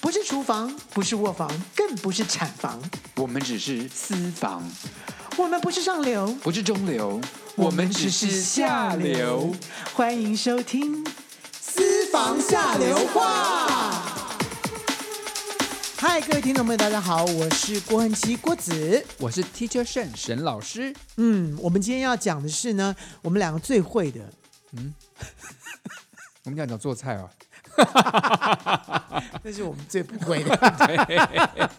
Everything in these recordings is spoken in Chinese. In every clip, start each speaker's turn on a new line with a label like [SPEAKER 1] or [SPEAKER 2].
[SPEAKER 1] 不是厨房，不是卧房，更不是产房，
[SPEAKER 2] 我们只是私房，
[SPEAKER 1] 我们不是上流，
[SPEAKER 2] 不是中流，我们只是下流。。
[SPEAKER 1] 欢迎收听《私房下流话》。嗨，各位听众朋友，大家好，我是郭恒奇郭子。
[SPEAKER 2] 我是 Teacher Shen 沈老师，
[SPEAKER 1] 嗯，我们今天要讲的是呢，我们两个最会的，
[SPEAKER 2] 我们讲讲做菜哦。
[SPEAKER 1] 那是我们最不会的。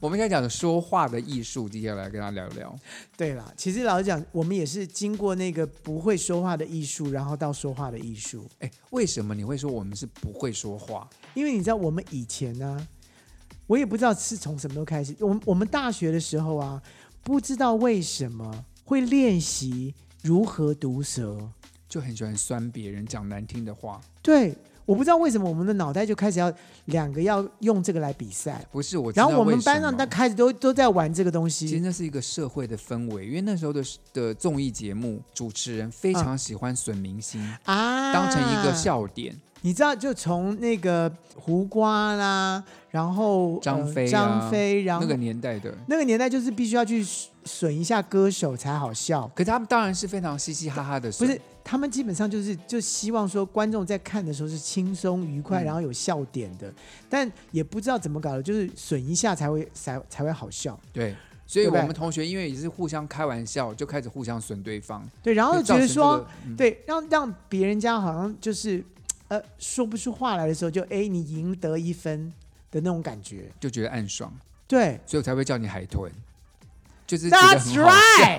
[SPEAKER 2] 我们现在讲说话的艺术，接下来跟大家聊聊。
[SPEAKER 1] 对啦，其实老实讲，我们也是经过那个不会说话的艺术，然后到说话的艺术。
[SPEAKER 2] 哎，为什么你会说我们是不会说话？
[SPEAKER 1] 因为你知道，我们以前呢、我也不知道是从什么时候开始，我们我们大学的时候啊，不知道为什么会练习如何毒舌。
[SPEAKER 2] 就很喜欢酸别人，讲难听的话。
[SPEAKER 1] 对，我不知道为什么我们的脑袋就开始要两个要用这个来比赛，
[SPEAKER 2] 不是我知
[SPEAKER 1] 然
[SPEAKER 2] 道为什么，
[SPEAKER 1] 后我们班上大
[SPEAKER 2] 那
[SPEAKER 1] 家开始都都在玩这个东
[SPEAKER 2] 其实
[SPEAKER 1] 西。
[SPEAKER 2] 那是一个社会的氛围，因为那时候的的综艺节目主持人非常喜欢损明星，
[SPEAKER 1] 啊，
[SPEAKER 2] 当成一个，笑点。
[SPEAKER 1] 你知道，就从那个胡瓜啦，然后
[SPEAKER 2] 张
[SPEAKER 1] 呃
[SPEAKER 2] 飞啊
[SPEAKER 1] 张飞，然后
[SPEAKER 2] 那个年代的，
[SPEAKER 1] 那个年代就是必须要去损一下歌手才好笑，
[SPEAKER 2] 可是他们当然是非常嘻嘻哈哈的，
[SPEAKER 1] 不是？他们基本上就是就希望说观众在看的时候是轻松愉快，
[SPEAKER 2] 嗯
[SPEAKER 1] 然后有笑点的，但也不知道怎么搞的，就是损一下才会才才会好笑。
[SPEAKER 2] 对。所以
[SPEAKER 1] 对
[SPEAKER 2] 我
[SPEAKER 1] 不对
[SPEAKER 2] 们同学因为也是互相开玩笑，就开始互相损对方，
[SPEAKER 1] 对，然后就
[SPEAKER 2] 就
[SPEAKER 1] 哦觉得说，
[SPEAKER 2] 造成这个嗯
[SPEAKER 1] 对，让让别人家好像就是呃说不出话来的时候就，哎你赢得一分的那种感觉。
[SPEAKER 2] 就觉得暗爽，
[SPEAKER 1] 对
[SPEAKER 2] 所以我才会叫你海豚，就是觉得
[SPEAKER 1] ，That's
[SPEAKER 2] 很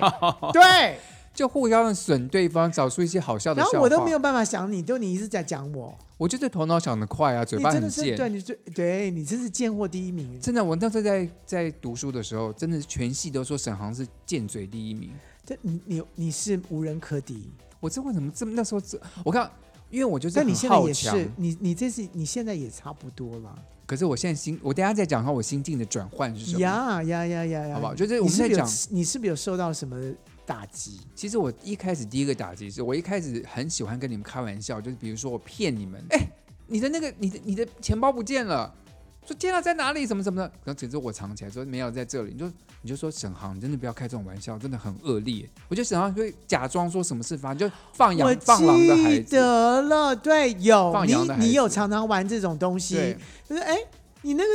[SPEAKER 1] right，
[SPEAKER 2] 好笑
[SPEAKER 1] 对。
[SPEAKER 2] 就互相损对方，找出一些好笑的
[SPEAKER 1] 然
[SPEAKER 2] 笑话。
[SPEAKER 1] 后我都没有，办法想你，就你一直在讲我，
[SPEAKER 2] 我就是头脑想得快啊，嘴
[SPEAKER 1] 你
[SPEAKER 2] 巴
[SPEAKER 1] 真
[SPEAKER 2] 很
[SPEAKER 1] 的是
[SPEAKER 2] 贱，
[SPEAKER 1] 对，你最对你真是贱货第一名。
[SPEAKER 2] 真的，我那时候在在读书的时候，真的是全系都说沈航是贱嘴第一名。
[SPEAKER 1] 这你你你是无人可敌，
[SPEAKER 2] 我这为什么这么那时候这？我看，因为我就是
[SPEAKER 1] 但你
[SPEAKER 2] 很
[SPEAKER 1] 现在
[SPEAKER 2] 好
[SPEAKER 1] 也
[SPEAKER 2] 强。
[SPEAKER 1] 是，你你这是你现在也差不多了，
[SPEAKER 2] 可是我现在心，我等一下再讲一下我心境的转换是什么。
[SPEAKER 1] 呀呀呀呀呀，
[SPEAKER 2] 好不好就是我
[SPEAKER 1] 你
[SPEAKER 2] 们
[SPEAKER 1] 是不
[SPEAKER 2] 在
[SPEAKER 1] 是有
[SPEAKER 2] 讲
[SPEAKER 1] 你是不是有受到什么打击？
[SPEAKER 2] 其实我一开始第一个打击是我一开始很喜欢跟你们开玩笑，就是比如说我骗你们，哎、你的那个你的你的钱包不见了，说天啊在哪里什么什么的，然后只是我藏起来说没有在这里，你就你就说沈航你真的不要开这种玩笑，真的很恶劣。我觉得沈航会假装说什么事发生，就放
[SPEAKER 1] 我
[SPEAKER 2] 羊放狼的孩
[SPEAKER 1] 记
[SPEAKER 2] 子。
[SPEAKER 1] 得了，对，有
[SPEAKER 2] 放
[SPEAKER 1] 你
[SPEAKER 2] 羊的孩
[SPEAKER 1] 你有
[SPEAKER 2] 子
[SPEAKER 1] 常常玩这种东西
[SPEAKER 2] 对，，
[SPEAKER 1] 就是哎，你那个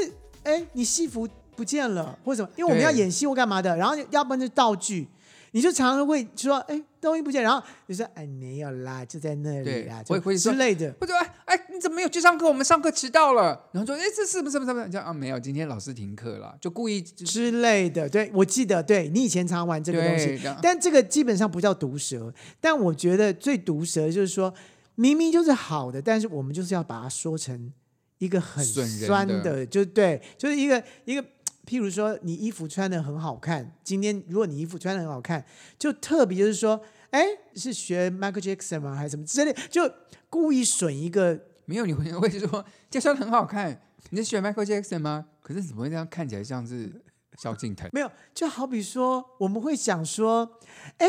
[SPEAKER 1] 哎，你戏服不见了，或者什么，因为我们
[SPEAKER 2] 对
[SPEAKER 1] 要演戏或干嘛的，然后要不然就道具，你就常常会说，哎，东西不见，然后你说，哎，没有啦，就在那里
[SPEAKER 2] 对
[SPEAKER 1] 啦，
[SPEAKER 2] 我也
[SPEAKER 1] 就
[SPEAKER 2] 会
[SPEAKER 1] 之
[SPEAKER 2] 说
[SPEAKER 1] 类的，
[SPEAKER 2] 我就哎哎，你怎么没有去上课？我们上课迟到了。然后说哎，这是不是什么什么？这样啊，没有，今天老师停课了，就故意就是
[SPEAKER 1] 之类的。对，我记得，对你以前常玩这个东
[SPEAKER 2] 对
[SPEAKER 1] 西
[SPEAKER 2] 然后，
[SPEAKER 1] 但这个基本上不叫毒舌。但我觉得最毒舌就是说，明明就是好的，但是我们就是要把它说成一个很
[SPEAKER 2] 损人的
[SPEAKER 1] 酸就对，就是一个一个。譬如说，你衣服穿的很好看，今天如果你衣服穿的很好看，就特别就是说，哎，是学 Michael Jackson 吗？还是什么之类，就故意损一个
[SPEAKER 2] 没有，你会会说这双很好看，你是喜欢 Michael Jackson 吗？可是怎么会这样看起来像是萧敬腾？
[SPEAKER 1] 没有，就好比说，我们会想说，哎，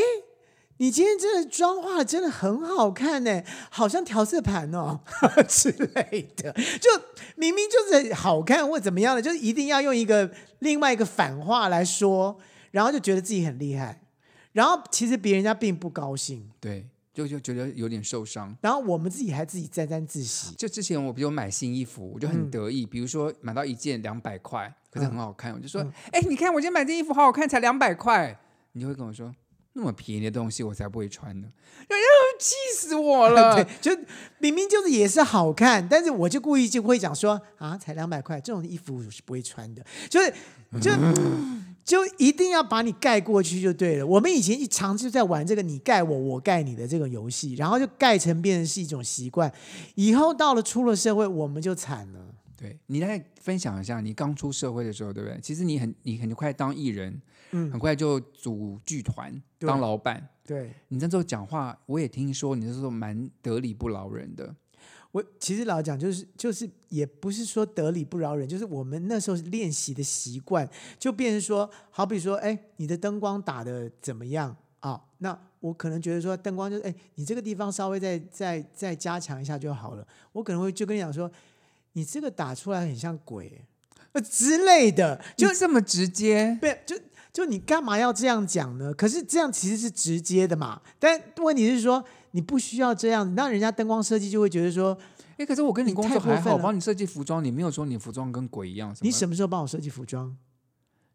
[SPEAKER 1] 你今天真的妆化得真的很好看呢，好像调色盘哦 之类的，就明明就是好看或怎么样的，就是一定要用一个另外一个反话来说，然后就觉得自己很厉害，然后其实别人家并不高兴，
[SPEAKER 2] 对，就就觉得有点受伤。
[SPEAKER 1] 然后我们自己还自己沾沾自喜，
[SPEAKER 2] 就之前我比如买新衣服，我就
[SPEAKER 1] 嗯
[SPEAKER 2] 很得意，比如说买到一件两百块，可是很好
[SPEAKER 1] 嗯
[SPEAKER 2] 看，我就说，哎、你看我今天买这衣服好好看，才两百块，你就会跟我说。那么便宜的东西我才不会穿呢，然后气死我了。
[SPEAKER 1] 对，就明明就是也是好看，但是我就故意就会讲说啊，才两百块，这种衣服我是不会穿的，就是就。就一定要把你盖过去就对了。我们以前一长期就在玩这个你盖我我盖你的这个游戏，然后就盖成变成是一种习惯。以后到了出了社会，我们就惨了。
[SPEAKER 2] 对你来分享一下，你刚出社会的时候，对不对？其实你很你很快当艺人，
[SPEAKER 1] 嗯
[SPEAKER 2] 很快就组剧团
[SPEAKER 1] 对
[SPEAKER 2] 当老板。
[SPEAKER 1] 对
[SPEAKER 2] 你那时候讲话，我也听说你那时候蛮得理不饶人的，
[SPEAKER 1] 我其实老实讲就是就是也不是说得理不饶人，就是我们那时候练习的习惯，就变成说，好比说，哎，你的灯光打的怎么样啊、那我可能觉得说，灯光就是，哎，你这个地方稍微再再再加强一下就好了。我可能会就跟你讲说，你这个打出来很像鬼呃之类的，就
[SPEAKER 2] 就这么 直接。
[SPEAKER 1] 不就就你干嘛要这样讲呢？可是这样其实是直接的嘛。但问题是说你不需要这样，那人家灯光设计就会觉得说
[SPEAKER 2] 哎，可是我跟你
[SPEAKER 1] 你
[SPEAKER 2] 工
[SPEAKER 1] 太
[SPEAKER 2] 作
[SPEAKER 1] 过
[SPEAKER 2] 还
[SPEAKER 1] 分
[SPEAKER 2] 好，
[SPEAKER 1] 了
[SPEAKER 2] 帮你设计服装，你没有说你服装跟鬼一样。
[SPEAKER 1] 你
[SPEAKER 2] 什
[SPEAKER 1] 什
[SPEAKER 2] 么？
[SPEAKER 1] 么时候帮我设计服装？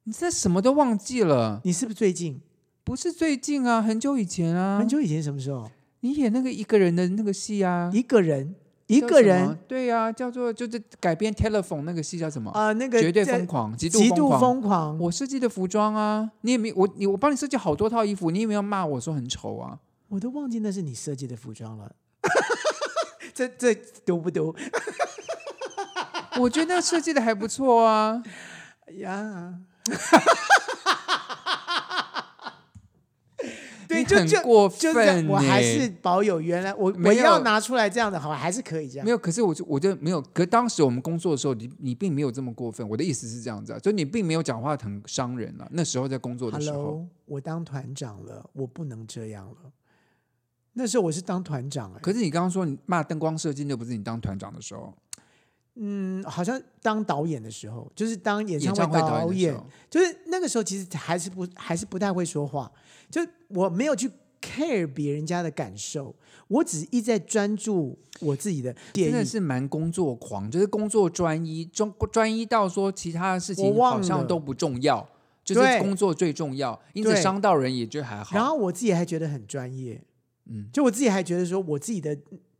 [SPEAKER 2] 你这什么都忘记了？
[SPEAKER 1] 你是不是最近
[SPEAKER 2] 不是最近啊，很久以前啊，
[SPEAKER 1] 很久以前什么时候
[SPEAKER 2] 你演那个一个人的那个戏啊，
[SPEAKER 1] 一个人一
[SPEAKER 2] 叫
[SPEAKER 1] 个
[SPEAKER 2] 什
[SPEAKER 1] 人
[SPEAKER 2] 么？对啊，叫做就是改编《Telephone》那个戏叫什么？
[SPEAKER 1] 啊、那个
[SPEAKER 2] 绝对
[SPEAKER 1] 在
[SPEAKER 2] 疯狂，极
[SPEAKER 1] 极
[SPEAKER 2] 疯
[SPEAKER 1] 度
[SPEAKER 2] 狂。
[SPEAKER 1] 疯狂，
[SPEAKER 2] 我设计的服装啊，你也没我你我帮你设计好多套衣服，你也没有骂我说很丑啊。
[SPEAKER 1] 我都忘记那是你设计的服装了。 这这毒不毒
[SPEAKER 2] 我觉得设计的还不错啊。
[SPEAKER 1] 哎 呀？
[SPEAKER 2] 你
[SPEAKER 1] 对，就
[SPEAKER 2] 很
[SPEAKER 1] 就
[SPEAKER 2] 过
[SPEAKER 1] 就
[SPEAKER 2] 分欸
[SPEAKER 1] 这样，
[SPEAKER 2] 呢
[SPEAKER 1] 我还是保有原来我我
[SPEAKER 2] 没有
[SPEAKER 1] 要拿出来这样的，好，还是可以这样
[SPEAKER 2] 没。有，可是我就我就没有，可当时我们工作的时候，你你并没有这么过分。我的意思是这样子啊，就你并没有讲话很伤人啊。那时候在工作的时候，
[SPEAKER 1] Hello，我当团长了，我不能这样了。那时候我是当团长、哎，
[SPEAKER 2] 可是你刚刚说你骂灯光设计，那不是你当团长的时候，
[SPEAKER 1] 嗯，好像当导演的时候，就是当演唱
[SPEAKER 2] 演
[SPEAKER 1] 会
[SPEAKER 2] 唱会导
[SPEAKER 1] 导
[SPEAKER 2] 演的
[SPEAKER 1] 演
[SPEAKER 2] 时，候，
[SPEAKER 1] 就是那个时候其实还是不还是不太会说话，就我没有去 care 别人家的感受，我只一直在专注我自己的建
[SPEAKER 2] 真的
[SPEAKER 1] 议。
[SPEAKER 2] 是蛮工作狂，就是工作专一，专专一到说其他的事
[SPEAKER 1] 我
[SPEAKER 2] 情
[SPEAKER 1] 忘
[SPEAKER 2] 好像
[SPEAKER 1] 了
[SPEAKER 2] 都不重要，就是
[SPEAKER 1] 对
[SPEAKER 2] 工作最重要，因此
[SPEAKER 1] 对
[SPEAKER 2] 伤到人也就还好。
[SPEAKER 1] 然后我自己还觉得很专业，
[SPEAKER 2] 嗯，
[SPEAKER 1] 就我自己还觉得说我自己的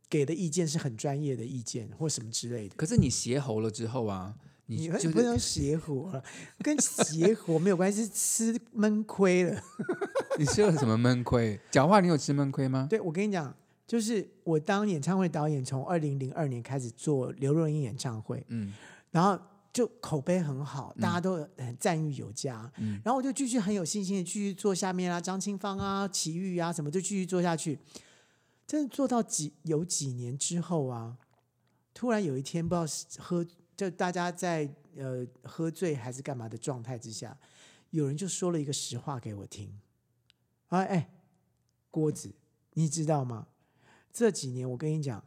[SPEAKER 1] 给的意见是很专业的意见或什么之类的。
[SPEAKER 2] 可是你邪吼了之后啊，
[SPEAKER 1] 你
[SPEAKER 2] 你就
[SPEAKER 1] 不
[SPEAKER 2] 是
[SPEAKER 1] 能邪火了，跟邪火没有关系，是吃闷亏了。
[SPEAKER 2] 你吃了什么闷亏？讲话你有吃闷亏吗？
[SPEAKER 1] 对我跟你讲，就是我当演唱会导演，从二零零二年开始做刘若英演唱会，
[SPEAKER 2] 嗯
[SPEAKER 1] 然后就口碑很好，
[SPEAKER 2] 嗯
[SPEAKER 1] 大家都很赞誉有加。
[SPEAKER 2] 嗯
[SPEAKER 1] 然后我就继续很有信心的继续做下面啊，张清芳啊、齐豫啊什么，就继续做下去。真的做到几有几年之后啊，突然有一天不知道是喝，就大家在呃喝醉还是干嘛的状态之下，有人就说了一个实话给我听。啊，哎，郭子，你知道吗？这几年我跟你讲，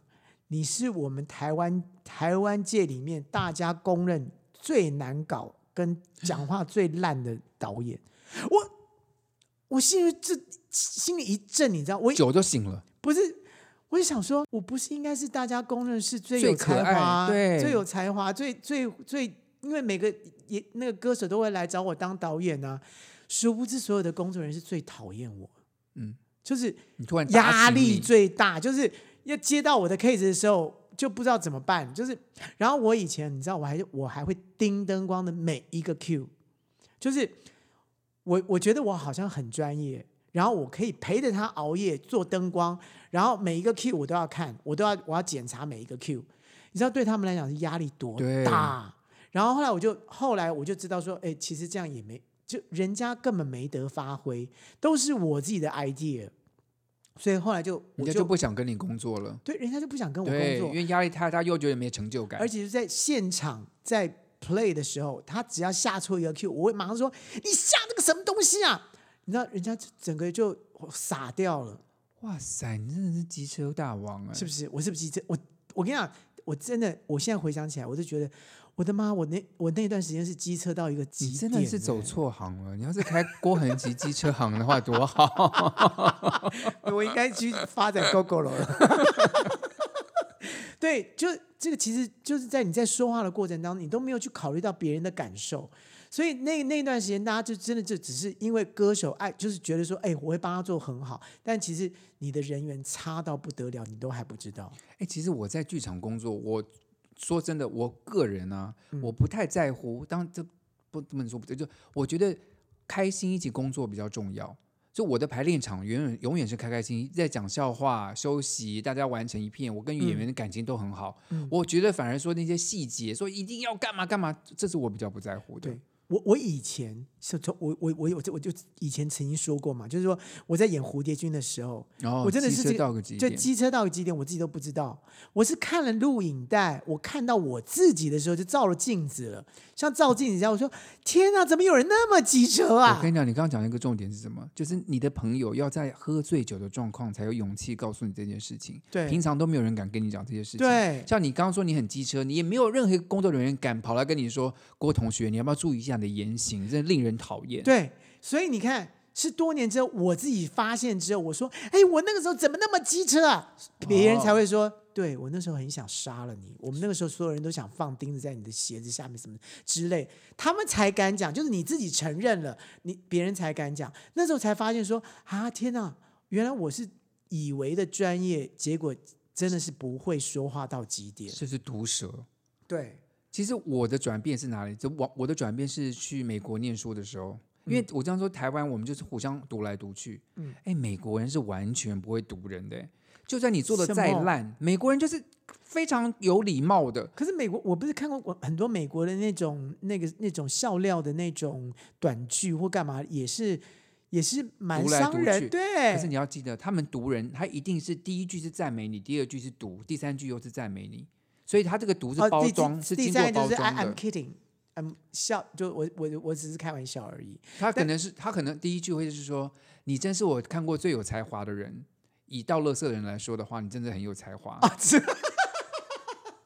[SPEAKER 1] 你是我们台湾台湾界里面大家公认最难搞跟讲话最烂的导演。我我心里这心里一震，你知道，我
[SPEAKER 2] 酒就醒了，
[SPEAKER 1] 不是。我就想说，我不是应该是大家公认是最
[SPEAKER 2] 最
[SPEAKER 1] 有才
[SPEAKER 2] 可爱
[SPEAKER 1] 华、
[SPEAKER 2] 对
[SPEAKER 1] 最有才华、最最最，因为每个也那个歌手都会来找我当导演啊。殊不知，所有的工作人员是最讨厌我，
[SPEAKER 2] 嗯，
[SPEAKER 1] 就是
[SPEAKER 2] 你突然打
[SPEAKER 1] 压
[SPEAKER 2] 醒
[SPEAKER 1] 力
[SPEAKER 2] 你
[SPEAKER 1] 最大，就是要接到我的 case 的时候就不知道怎么办，就是，然后我以前你知道我还我还会盯灯光的每一个 Q，就是我我觉得我好像很专业，然后我可以陪着他熬夜做灯光，然后每一个 Q 我都要看，我都要我要检查每一个 Q，你知道对他们来讲是压力多
[SPEAKER 2] 对
[SPEAKER 1] 大？然后后来我就后来我就知道说，哎，其实这样也没就人家根本没得发挥，都是我自己的 idea，所以后来就我
[SPEAKER 2] 人家就不想跟你工作了。
[SPEAKER 1] 对人家就不想跟我
[SPEAKER 2] 对，
[SPEAKER 1] 工
[SPEAKER 2] 因
[SPEAKER 1] 作，
[SPEAKER 2] 为压力太大，又觉得没成就感。
[SPEAKER 1] 而且是在现场在 play 的时候，他只要下错一个 Q，我会马上说你下那个什么东西啊？你知道人家就整个就傻掉了，
[SPEAKER 2] 哇塞，你真的是机车大王哎、
[SPEAKER 1] 是不是？我是不是这我我跟你讲，我真的我现在回想起来，我就觉得我的妈，我那我那段时间是机车到一个极
[SPEAKER 2] 你
[SPEAKER 1] 点、
[SPEAKER 2] 真的是走
[SPEAKER 1] 哎
[SPEAKER 2] 错行了。你要是开郭恒吉机车行的话，多好！
[SPEAKER 1] 我应该去发展 GoGo 了。对，就这个其实就是在你在说话的过程当中，你都没有去考虑到别人的感受，所以那那段时间大家就真的就只是因为歌手爱，就是觉得说，哎，我会帮他做很好，但其实你的人缘差到不得了，你都还不知道。
[SPEAKER 2] 哎、其实我在剧场工作，我说真的，我个人啊，
[SPEAKER 1] 嗯
[SPEAKER 2] 我不太在乎。当这不不能说不对，就我觉得开心一起工作比较重要。就我的排练场永远永远是开开心心，在讲笑话、休息，大家玩成一片。我跟演员的感情都很好，
[SPEAKER 1] 嗯
[SPEAKER 2] 我觉得反而说那些细节，说一定要干嘛干嘛，这是我比较不在乎的
[SPEAKER 1] 对。我我以前是从我我我有我就以前曾经说过嘛，就是说我在演蝴蝶君的时候，
[SPEAKER 2] 然后
[SPEAKER 1] 我真的是
[SPEAKER 2] 机车
[SPEAKER 1] 这个
[SPEAKER 2] 到个极
[SPEAKER 1] 就
[SPEAKER 2] 点，
[SPEAKER 1] 机车到几点我自己都不知道，我是看了录影带，我看到我自己的时候就照了镜子了，像照镜子一样，我说天哪，怎么有人那么机车
[SPEAKER 2] 我
[SPEAKER 1] 啊
[SPEAKER 2] 跟？你讲，你刚刚讲的一个重点是什么？就是你的朋友要在喝醉酒的状况才有勇气告诉你这件事情，平
[SPEAKER 1] 对
[SPEAKER 2] 常都没有人敢跟你讲这些事情。
[SPEAKER 1] 对
[SPEAKER 2] 像你刚刚说你很机车，你也没有任何一个工作人员敢跑来跟你说，郭同学，你要不要注意一下你的言行，真的令人讨厌。
[SPEAKER 1] 对，所以你看。是多年之后，我自己发现之后，我说：“哎，我那个时候怎么那么机车啊？”别人才会说：“对我那时候很想杀了你。”我们那个时候所有人都想放钉子在你的鞋子下面什么之类，他们才敢讲。就是你自己承认了，你别人才敢讲。那时候才发现说：“啊，天哪！原来我是以为的专业，结果真的是不会说话到极点。
[SPEAKER 2] 这是毒舌。”
[SPEAKER 1] 对，
[SPEAKER 2] 其实我的转变是哪里？就我我的转变是去美国念书的时候，因
[SPEAKER 1] 嗯
[SPEAKER 2] 为我这样说，台湾我们就是互相读来读去。嗯，哎，美国人是完全不会读人的，就算你做的
[SPEAKER 1] 什
[SPEAKER 2] 再
[SPEAKER 1] 么
[SPEAKER 2] 烂，美国人就是非常有礼貌的。
[SPEAKER 1] 可是美国，我不是看过我很多美国的那种那个那种笑料的那种短剧或干嘛，也是也是蛮
[SPEAKER 2] 读来
[SPEAKER 1] 伤
[SPEAKER 2] 读去
[SPEAKER 1] 人。
[SPEAKER 2] 可是
[SPEAKER 1] 对，
[SPEAKER 2] 你要记得，他们读人，他一定是第一句是赞美你，第二句是读，第三句又是赞美你，所以他这个读是
[SPEAKER 1] 哦
[SPEAKER 2] 包
[SPEAKER 1] 第
[SPEAKER 2] 装，是
[SPEAKER 1] 第
[SPEAKER 2] 经
[SPEAKER 1] 三
[SPEAKER 2] 过
[SPEAKER 1] 个就是
[SPEAKER 2] 包
[SPEAKER 1] I
[SPEAKER 2] 装
[SPEAKER 1] I'm
[SPEAKER 2] 的。
[SPEAKER 1] kidding，I'm 笑，就我我我只是开玩笑而已。
[SPEAKER 2] 他可能是他可能第一句会是说：“你真是我看过最有才华的人。”以到乐色的人来说的话，你真的很有才华。
[SPEAKER 1] 啊，这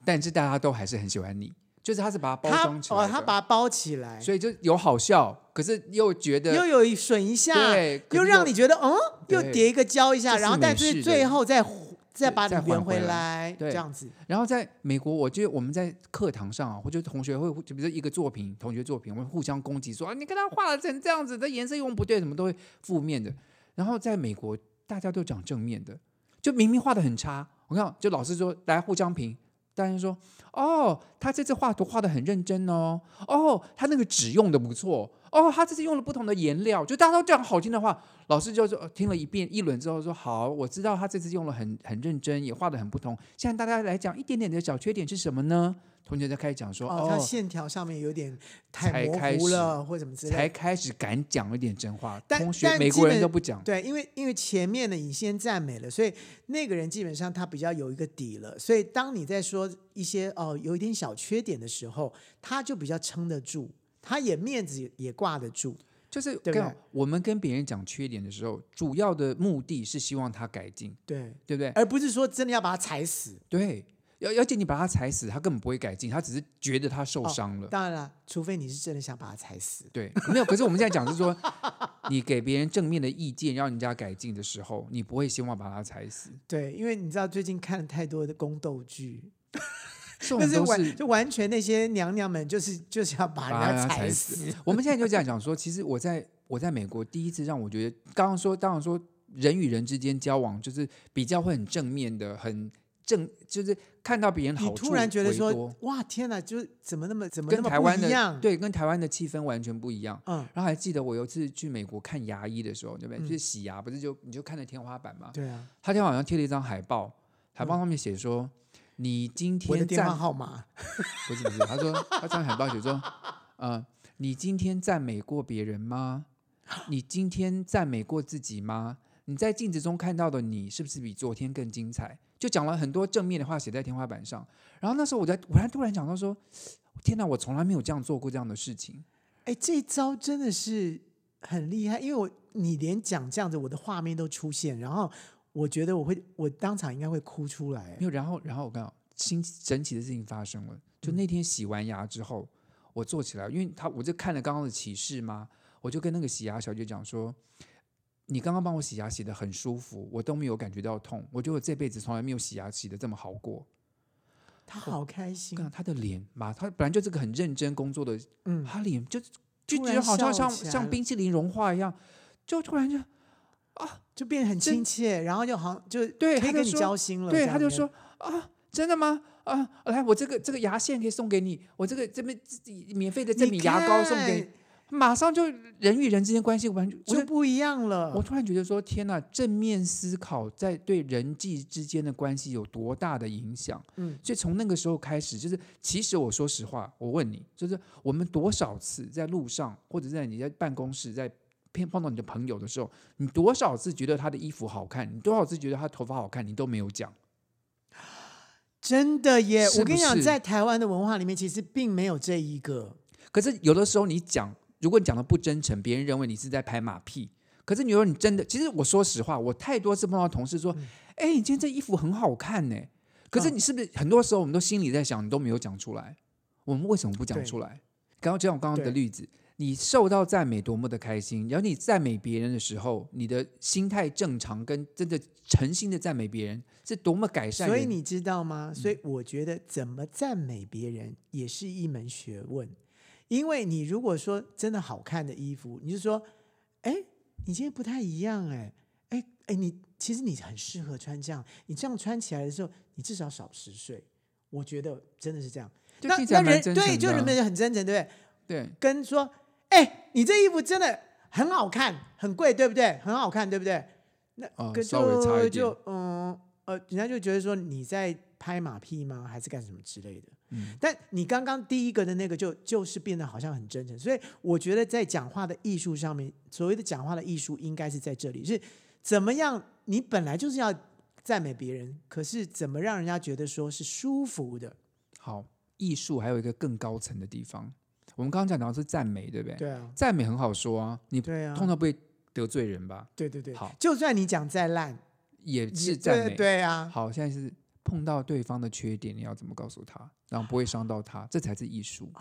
[SPEAKER 2] 但是大家都还是很喜欢你，就是他是把它包
[SPEAKER 1] 他
[SPEAKER 2] 装起来
[SPEAKER 1] 哦，
[SPEAKER 2] 的
[SPEAKER 1] 他把它包起来，
[SPEAKER 2] 所以就有好笑，可是又觉得
[SPEAKER 1] 又有损一下，
[SPEAKER 2] 对，可
[SPEAKER 1] 又
[SPEAKER 2] 是
[SPEAKER 1] 让你觉得嗯，又
[SPEAKER 2] 对
[SPEAKER 1] 叠一个胶一下，
[SPEAKER 2] 这是
[SPEAKER 1] 然后但
[SPEAKER 2] 美式
[SPEAKER 1] 是
[SPEAKER 2] 的
[SPEAKER 1] 最后再再把你
[SPEAKER 2] 再还
[SPEAKER 1] 圆
[SPEAKER 2] 回来
[SPEAKER 1] 来，
[SPEAKER 2] 对
[SPEAKER 1] 这样子。
[SPEAKER 2] 然后在美国，我觉得我们在课堂上啊，或者同学会，就比如说一个作品，同学作品，我们互相攻击说啊，你看他画了成这样子，这颜色用不对，什么都会负面的。然后在美国，大家都讲正面的，就明明画的很差，我看就老师说来互相评，大家就说哦，他这次画图画的很认真哦，哦，他那个纸用的不错，哦，他这次用了不同的颜料，就大家都讲好听的话，老师就说呃听了一遍一轮之后说好，我知道他这次用了很很认真，也画的很不同。现在大家来讲一点点的小缺点是什么呢？同学就开始讲说
[SPEAKER 1] 哦，它
[SPEAKER 2] 哦，
[SPEAKER 1] 线条上面有点
[SPEAKER 2] 才
[SPEAKER 1] 太
[SPEAKER 2] 开
[SPEAKER 1] 模糊
[SPEAKER 2] 始
[SPEAKER 1] 了，或什么之类的。
[SPEAKER 2] 才开始敢讲一点真话。
[SPEAKER 1] 但
[SPEAKER 2] 同学
[SPEAKER 1] 但
[SPEAKER 2] 美
[SPEAKER 1] 基
[SPEAKER 2] 国人
[SPEAKER 1] 本
[SPEAKER 2] 都不讲，
[SPEAKER 1] 对，因为因为前面的你先赞美了，所以那个人基本上他比较有一个底了，所以当你在说一些哦、有一点小缺点的时候，他就比较撑得住，他也面子也也挂得住。
[SPEAKER 2] 就是
[SPEAKER 1] 对不
[SPEAKER 2] 跟
[SPEAKER 1] 对
[SPEAKER 2] 我们跟别人讲缺点的时候，主要的目的是希望他改进，
[SPEAKER 1] 对，
[SPEAKER 2] 对不对？
[SPEAKER 1] 而不是说真的要把他踩死。
[SPEAKER 2] 对，而而且你把他踩死，他根本不会改进，他只是觉得他受
[SPEAKER 1] 哦
[SPEAKER 2] 伤了。
[SPEAKER 1] 当然了，除非你是真的想把他踩死。
[SPEAKER 2] 对，没有。可是我们现在讲是说， 你给别人正面的意见，让人家改进的时候，你不会希望把他踩死。
[SPEAKER 1] 对，因为你知道最近看了太多的宫斗剧，
[SPEAKER 2] 这种
[SPEAKER 1] 但是
[SPEAKER 2] 都
[SPEAKER 1] 完
[SPEAKER 2] 是
[SPEAKER 1] 就完全那些娘娘们就是就是要把
[SPEAKER 2] 把
[SPEAKER 1] 人
[SPEAKER 2] 人
[SPEAKER 1] 家
[SPEAKER 2] 家
[SPEAKER 1] 踩
[SPEAKER 2] 踩
[SPEAKER 1] 死。
[SPEAKER 2] 我们现在就这样讲说，其实我在我在美国第一次让我觉得，刚刚说，当然说人与人之间交往就是比较会很正面的，很正，就是看到别人
[SPEAKER 1] 你
[SPEAKER 2] 好处
[SPEAKER 1] 突然觉得
[SPEAKER 2] 为
[SPEAKER 1] 说
[SPEAKER 2] 多，
[SPEAKER 1] 哇，天哪，就是怎么那么怎么那
[SPEAKER 2] 跟
[SPEAKER 1] 么
[SPEAKER 2] 台
[SPEAKER 1] 不
[SPEAKER 2] 湾
[SPEAKER 1] 一样
[SPEAKER 2] 的？对，跟台湾的气氛完全不一样。
[SPEAKER 1] 嗯，
[SPEAKER 2] 然后还记得我有一次去美国看牙医的时候，对不对？
[SPEAKER 1] 嗯
[SPEAKER 2] 就是洗牙，不是就你就看着天花板嘛？
[SPEAKER 1] 对啊，
[SPEAKER 2] 他天好像贴了一张海报，海报上面写说：“你今
[SPEAKER 1] 嗯我的
[SPEAKER 2] 天
[SPEAKER 1] 电话
[SPEAKER 2] 赞
[SPEAKER 1] 号码，
[SPEAKER 2] 不是不是，他说他张海报写说，呃，你今天赞美过别人吗？你今天赞美过自己吗？你在镜子中看到的你是不是比昨天更精彩？就讲了很多正面的话写在天花板上。然后那时候我在，我还突然想到说，天哪，我从来没有这样做过这样的事情。
[SPEAKER 1] 哎，这一招真的是很厉害，因为我你连讲这样子，我的画面都出现，然后我觉得我会，我当场应该会哭出来
[SPEAKER 2] 没。有，然后然后我刚好新神奇的事情发生了，就
[SPEAKER 1] 嗯
[SPEAKER 2] 那天洗完牙之后，我坐起来，因为他我就看了刚刚的启示嘛，我就跟那个洗牙小姐讲说，你刚刚帮我洗牙洗的很舒服，我都没有感觉到痛，我觉得我这辈子从来没有洗牙洗的这么好过。
[SPEAKER 1] 他好开心，
[SPEAKER 2] 看他的脸嘛，他本来就是个很认真工作的，
[SPEAKER 1] 嗯，
[SPEAKER 2] 他脸就就
[SPEAKER 1] 突
[SPEAKER 2] 觉
[SPEAKER 1] 然
[SPEAKER 2] 得好像
[SPEAKER 1] 笑
[SPEAKER 2] 像
[SPEAKER 1] 起来
[SPEAKER 2] 像
[SPEAKER 1] 了
[SPEAKER 2] 冰淇淋融化一样，就突然就
[SPEAKER 1] 就变得很
[SPEAKER 2] 真
[SPEAKER 1] 亲切，然后就好像就
[SPEAKER 2] 对
[SPEAKER 1] 可以
[SPEAKER 2] 他就
[SPEAKER 1] 跟你
[SPEAKER 2] 说
[SPEAKER 1] 交心了。
[SPEAKER 2] 对，
[SPEAKER 1] 这
[SPEAKER 2] 他
[SPEAKER 1] 样
[SPEAKER 2] 就
[SPEAKER 1] 子
[SPEAKER 2] 说啊，真的吗？啊，来，我这个这个牙线可以送给你，我这个这边自己免费的这
[SPEAKER 1] 你
[SPEAKER 2] 米牙膏送给你
[SPEAKER 1] 看。
[SPEAKER 2] 马上就人与人之间关系完全，我
[SPEAKER 1] 就
[SPEAKER 2] 就
[SPEAKER 1] 不一样了。
[SPEAKER 2] 我突然觉得说，天呐，正面思考在对人际之间的关系有多大的影响？
[SPEAKER 1] 嗯，
[SPEAKER 2] 所以从那个时候开始，就是其实我说实话，我问你，就是我们多少次在路上，或者在你在办公室，在碰碰到你的朋友的时候，你多少次觉得他的衣服好看，你多少次觉得他头发好看，你都没有讲。
[SPEAKER 1] 真的耶！
[SPEAKER 2] 是
[SPEAKER 1] 我跟你
[SPEAKER 2] 不
[SPEAKER 1] 讲，
[SPEAKER 2] 是
[SPEAKER 1] 在台湾的文化里面，其实并没有这一个。
[SPEAKER 2] 可是有的时候你讲，如果你讲的不真诚，别人认为你是在拍马屁。可是你说你真的，其实我说实话，我太多次碰到同事说：“哎、你今天这衣服很好看呢、可是
[SPEAKER 1] 嗯
[SPEAKER 2] 你是不是很多时候我们都心里在想，你都没有讲出来？我们为什么不讲
[SPEAKER 1] 对
[SPEAKER 2] 出来？刚刚就像我刚刚的
[SPEAKER 1] 对
[SPEAKER 2] 例子，你受到赞美多么的开心，然后你赞美别人的时候，你的心态正常跟真的诚心的赞美别人是多么改善人。嗯
[SPEAKER 1] 所以你知道吗？所以我觉得怎么赞美别人也是一门学问，因为你如果说真的好看的衣服，你就说，哎，你今天不太一样，哎，哎，哎，你其实你很适合穿这样，你这样穿起来的时候，你至少少十岁。我觉得真的是这样。
[SPEAKER 2] 就
[SPEAKER 1] 那
[SPEAKER 2] 听起
[SPEAKER 1] 那
[SPEAKER 2] 来蛮
[SPEAKER 1] 人
[SPEAKER 2] 真诚的啊、
[SPEAKER 1] 对，就人们很真诚，对不对？
[SPEAKER 2] 对
[SPEAKER 1] 跟说，哎，你这衣服真的很好看，很贵，对不对？很好看，对不对？
[SPEAKER 2] 哦
[SPEAKER 1] 可
[SPEAKER 2] 稍微差
[SPEAKER 1] 就
[SPEAKER 2] 一点。
[SPEAKER 1] 就嗯呃，人家就觉得说你在拍马屁吗？还是干什么之类的？
[SPEAKER 2] 嗯
[SPEAKER 1] 但你刚刚第一个的那个就就是变得好像很真诚，所以我觉得在讲话的艺术上面，所谓的讲话的艺术应该是在这里，是怎么样？你本来就是要赞美别人，可是怎么让人家觉得说是舒服的？
[SPEAKER 2] 好，艺术还有一个更高层的地方。我们刚刚讲到是赞美，对不对？
[SPEAKER 1] 对啊，
[SPEAKER 2] 赞美很好说啊，你
[SPEAKER 1] 对啊，
[SPEAKER 2] 通常不会得罪人吧？
[SPEAKER 1] 对对对，
[SPEAKER 2] 好
[SPEAKER 1] 就算你讲再烂，
[SPEAKER 2] 也
[SPEAKER 1] 也
[SPEAKER 2] 是赞
[SPEAKER 1] 对
[SPEAKER 2] 美。
[SPEAKER 1] 对啊，
[SPEAKER 2] 好，现在是碰到对方的缺点，你要怎么告诉他，然后不会伤到他，这才是艺术，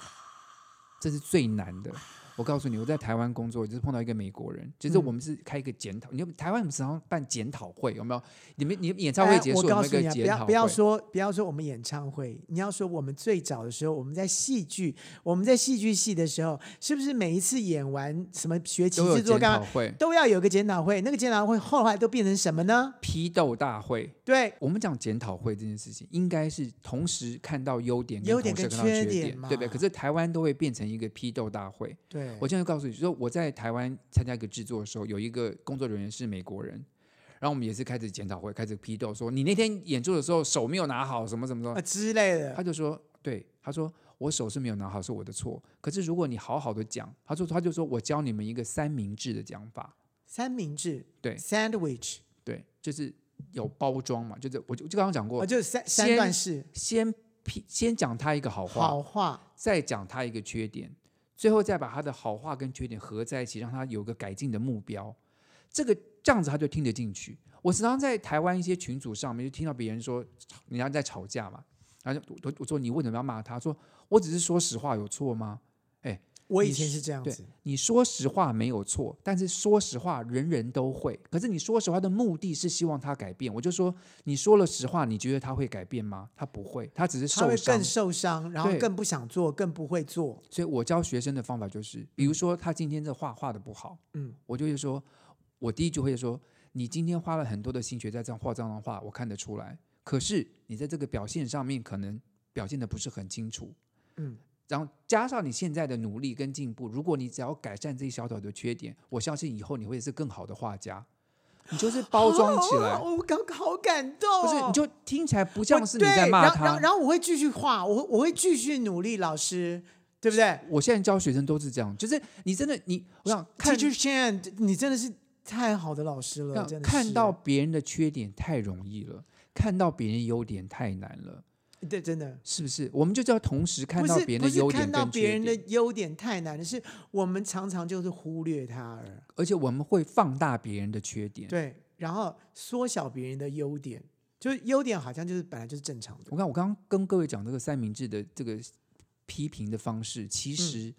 [SPEAKER 2] 这是最难的。我告诉你，我在台湾工作，就是碰到一个美国人，其实
[SPEAKER 1] 嗯
[SPEAKER 2] 我们是开一个检讨，你们台湾我们常常办检讨会，有没有？你们你们演唱会
[SPEAKER 1] 哎
[SPEAKER 2] 结束，
[SPEAKER 1] 我
[SPEAKER 2] 有
[SPEAKER 1] 告
[SPEAKER 2] 没有
[SPEAKER 1] 诉
[SPEAKER 2] 一
[SPEAKER 1] 你、
[SPEAKER 2] 个
[SPEAKER 1] 啊，不
[SPEAKER 2] 检讨
[SPEAKER 1] 要
[SPEAKER 2] 会？
[SPEAKER 1] 不要说不要说我们演唱会，你要说我们最早的时候，我们在戏剧，我们在戏剧系的时候，是不是每一次演完什么学期
[SPEAKER 2] 都有
[SPEAKER 1] 制作
[SPEAKER 2] 检
[SPEAKER 1] 干
[SPEAKER 2] 讨
[SPEAKER 1] 嘛，
[SPEAKER 2] 会，
[SPEAKER 1] 都要有个检讨会？那个检讨会后来都变成什么呢？
[SPEAKER 2] 批斗大会。
[SPEAKER 1] 对，
[SPEAKER 2] 我们讲检讨会这件事情，应该是同时看到优点跟
[SPEAKER 1] 优点
[SPEAKER 2] 同时
[SPEAKER 1] 跟
[SPEAKER 2] 看到缺
[SPEAKER 1] 缺点嘛
[SPEAKER 2] 对不对？可是台湾都会变成一个批斗大会。
[SPEAKER 1] 对，
[SPEAKER 2] 我现在告诉你，就说我在台湾参加一个制作的时候，有一个工作人员是美国人，然后我们也是开始检讨会，开始批斗说你那天演出的时候手没有拿好，什么什么什么
[SPEAKER 1] 啊。之类
[SPEAKER 2] 他
[SPEAKER 1] 的，
[SPEAKER 2] 就说，对，他说我手是没有拿好，是我的错。可是如果你好好的讲，他说他就说我教你们一个三明治的讲法，
[SPEAKER 1] 三明治，
[SPEAKER 2] 对
[SPEAKER 1] ，sandwich，
[SPEAKER 2] 对，就是有包装嘛，就是我就我就刚刚讲过，
[SPEAKER 1] 啊，就是三三
[SPEAKER 2] 先
[SPEAKER 1] 段式，
[SPEAKER 2] 先批先讲他一个好话，
[SPEAKER 1] 好话，
[SPEAKER 2] 再讲他一个缺点，最后再把他的好话跟缺点合在一起，让他有个改进的目标。这个这样子他就听得进去。我时常在台湾一些群组上面就听到别人说，人家在吵架嘛，然后就我我说你为什么要骂他？说我只是说实话，有错吗？
[SPEAKER 1] 我以
[SPEAKER 2] 你
[SPEAKER 1] 前
[SPEAKER 2] 是
[SPEAKER 1] 是这样
[SPEAKER 2] 对
[SPEAKER 1] 子，
[SPEAKER 2] 你说实话没有错，但是说实话人人都会。可是你说实话的目的是希望他改变。我就说，你说了实话，你觉得他会改变吗？他不会，他只是
[SPEAKER 1] 他
[SPEAKER 2] 受
[SPEAKER 1] 会
[SPEAKER 2] 伤
[SPEAKER 1] 更。受伤，然后
[SPEAKER 2] 对
[SPEAKER 1] 更不想做，更不会做，
[SPEAKER 2] 所以我教学生的方法就是，比如说他今天这画画的不好，
[SPEAKER 1] 嗯，
[SPEAKER 2] 我就会说，我第一句会说，你今天花了很多的心血在这样画这样的画，我看得出来。可是你在这个表现上面可能表现的不是很清楚，
[SPEAKER 1] 嗯，
[SPEAKER 2] 然后加上你现在的努力跟进步，如果你只要改善这一小小的缺点，我相信以后你会是更好的画家。你就是包装起来，
[SPEAKER 1] 哦我刚好感动哦，
[SPEAKER 2] 不是你就听起来不
[SPEAKER 1] 我
[SPEAKER 2] 像是你
[SPEAKER 1] 对
[SPEAKER 2] 在骂
[SPEAKER 1] 然后然后
[SPEAKER 2] 他。
[SPEAKER 1] 然后我会继续画，我会我会继续努力，老师，对不对
[SPEAKER 2] 我现在教学生都是这样，就是你真的你，我想看
[SPEAKER 1] ？Teacher Chan，你真的是太好的老师了，
[SPEAKER 2] 让
[SPEAKER 1] 真的是啊
[SPEAKER 2] 看到别人的缺点太容易了，看到别人优点太难了，
[SPEAKER 1] 对，真的
[SPEAKER 2] 是不是？我们就是要同时看
[SPEAKER 1] 不
[SPEAKER 2] 到
[SPEAKER 1] 是
[SPEAKER 2] 别人
[SPEAKER 1] 不
[SPEAKER 2] 的
[SPEAKER 1] 是
[SPEAKER 2] 优点
[SPEAKER 1] 看到
[SPEAKER 2] 跟
[SPEAKER 1] 别
[SPEAKER 2] 缺
[SPEAKER 1] 人的
[SPEAKER 2] 点，
[SPEAKER 1] 优点太难了，是我们常常就是忽略它而
[SPEAKER 2] 而且我们会放大别人的缺点。
[SPEAKER 1] 对，然后缩小别人的优点，就是优点好像就是本来就是正常的，
[SPEAKER 2] 我看我刚刚跟各位讲这个三明治的这个批评的方式，其实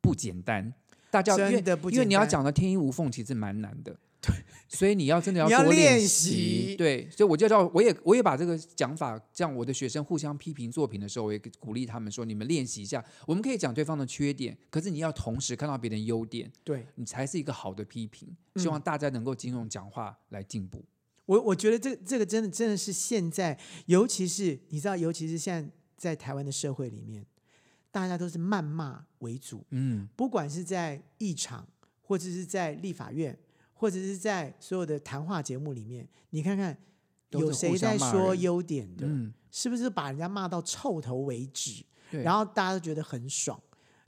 [SPEAKER 2] 不简单。大家
[SPEAKER 1] 嗯
[SPEAKER 2] 因
[SPEAKER 1] 真
[SPEAKER 2] 为
[SPEAKER 1] 的不
[SPEAKER 2] 因为你
[SPEAKER 1] 简
[SPEAKER 2] 要
[SPEAKER 1] 单
[SPEAKER 2] 讲的天衣无缝，其实蛮难的。对， 所以你要真的
[SPEAKER 1] 你要
[SPEAKER 2] 多
[SPEAKER 1] 练
[SPEAKER 2] 习
[SPEAKER 1] 习。
[SPEAKER 2] 对，所以我就叫我也我也把这个讲法，像我的学生互相批评作品的时候，我也鼓励他们说，你们练习一下，我们可以讲对方的缺点，可是你要同时看到别人优点，
[SPEAKER 1] 对
[SPEAKER 2] 你才是一个好的批评。
[SPEAKER 1] 嗯
[SPEAKER 2] 希望大家能够经用讲话来进步。
[SPEAKER 1] 我我觉得这这个真的真的是现在，尤其是你知道，尤其是现在在台湾的社会里面，大家都是谩骂为主，
[SPEAKER 2] 嗯，
[SPEAKER 1] 不管是在议场，或者是在立法院，或者是在所有的谈话节目里面，你看看
[SPEAKER 2] 都是
[SPEAKER 1] 有谁
[SPEAKER 2] 互相
[SPEAKER 1] 在
[SPEAKER 2] 骂
[SPEAKER 1] 说
[SPEAKER 2] 人
[SPEAKER 1] 优点的，
[SPEAKER 2] 嗯
[SPEAKER 1] 是不是把人家骂到臭头为止？
[SPEAKER 2] 对
[SPEAKER 1] 然后大家都觉得很爽。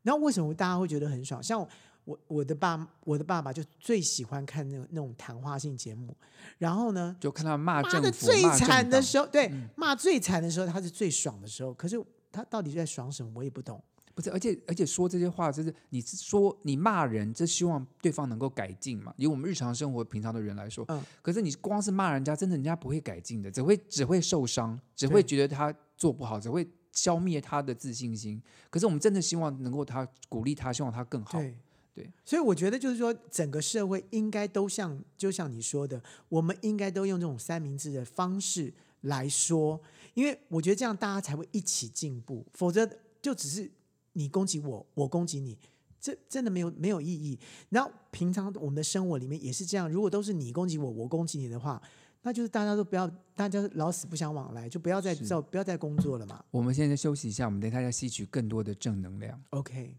[SPEAKER 1] 然后为什么大家会觉得很爽？像我我我的爸我的爸爸就最喜欢看那种那种谈话性节目，然后呢，
[SPEAKER 2] 就看他骂
[SPEAKER 1] 骂
[SPEAKER 2] 政
[SPEAKER 1] 的
[SPEAKER 2] 府，
[SPEAKER 1] 最
[SPEAKER 2] 骂政
[SPEAKER 1] 惨的
[SPEAKER 2] 党嗯
[SPEAKER 1] 时候，对，骂最惨的时候，他是最爽的时候。可是他到底在爽什么，我也不懂。
[SPEAKER 2] 不是，而且而且说这些话，就是你是说你骂人，这希望对方能够改进嘛？以我们日常生活平常的人来说，
[SPEAKER 1] 嗯
[SPEAKER 2] 可是你光是骂人家，真的人家不会改进的，只会只会受伤，只会觉得他做不好，只会消灭他的自信心。可是我们真的希望能够他鼓励他，希望他更好。
[SPEAKER 1] 对
[SPEAKER 2] 对，
[SPEAKER 1] 所以我觉得就是说，整个社会应该都像就像你说的，我们应该都用这种三明治的方式来说，因为我觉得这样大家才会一起进步，否则就只是你攻击我，我攻击你。这真的没有没有意义。然后平常我们的生活里面也是这样，如果都是你攻击我，我攻击你的话，那就是大家都不要，大家老死不相往来，就不要再
[SPEAKER 2] 是
[SPEAKER 1] 造不要再工作了嘛。
[SPEAKER 2] 我们现在休息一下，我们等一下再吸取更多的正能量。
[SPEAKER 1] OK。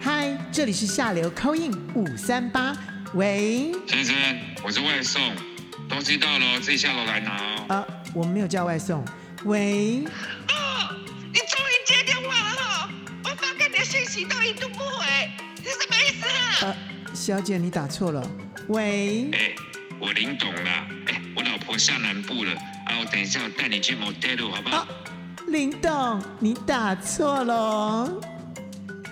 [SPEAKER 1] 嗨，这里是下流 c i n 五三八，喂，
[SPEAKER 3] 先生，我是外送，东西到了哦自己下楼来拿哦。
[SPEAKER 1] 呃，我们没有叫外送，喂，
[SPEAKER 4] 哦，你终于接电话了哈、我发给你的信息都一度不回，你什么意思啊？
[SPEAKER 1] 呃，小姐你打错了，喂，
[SPEAKER 3] 哎、我林董啦，哎、我老婆下南部了，啊，我等一下我带你去 motel 好不好？
[SPEAKER 1] 啊，林董你打错了哦，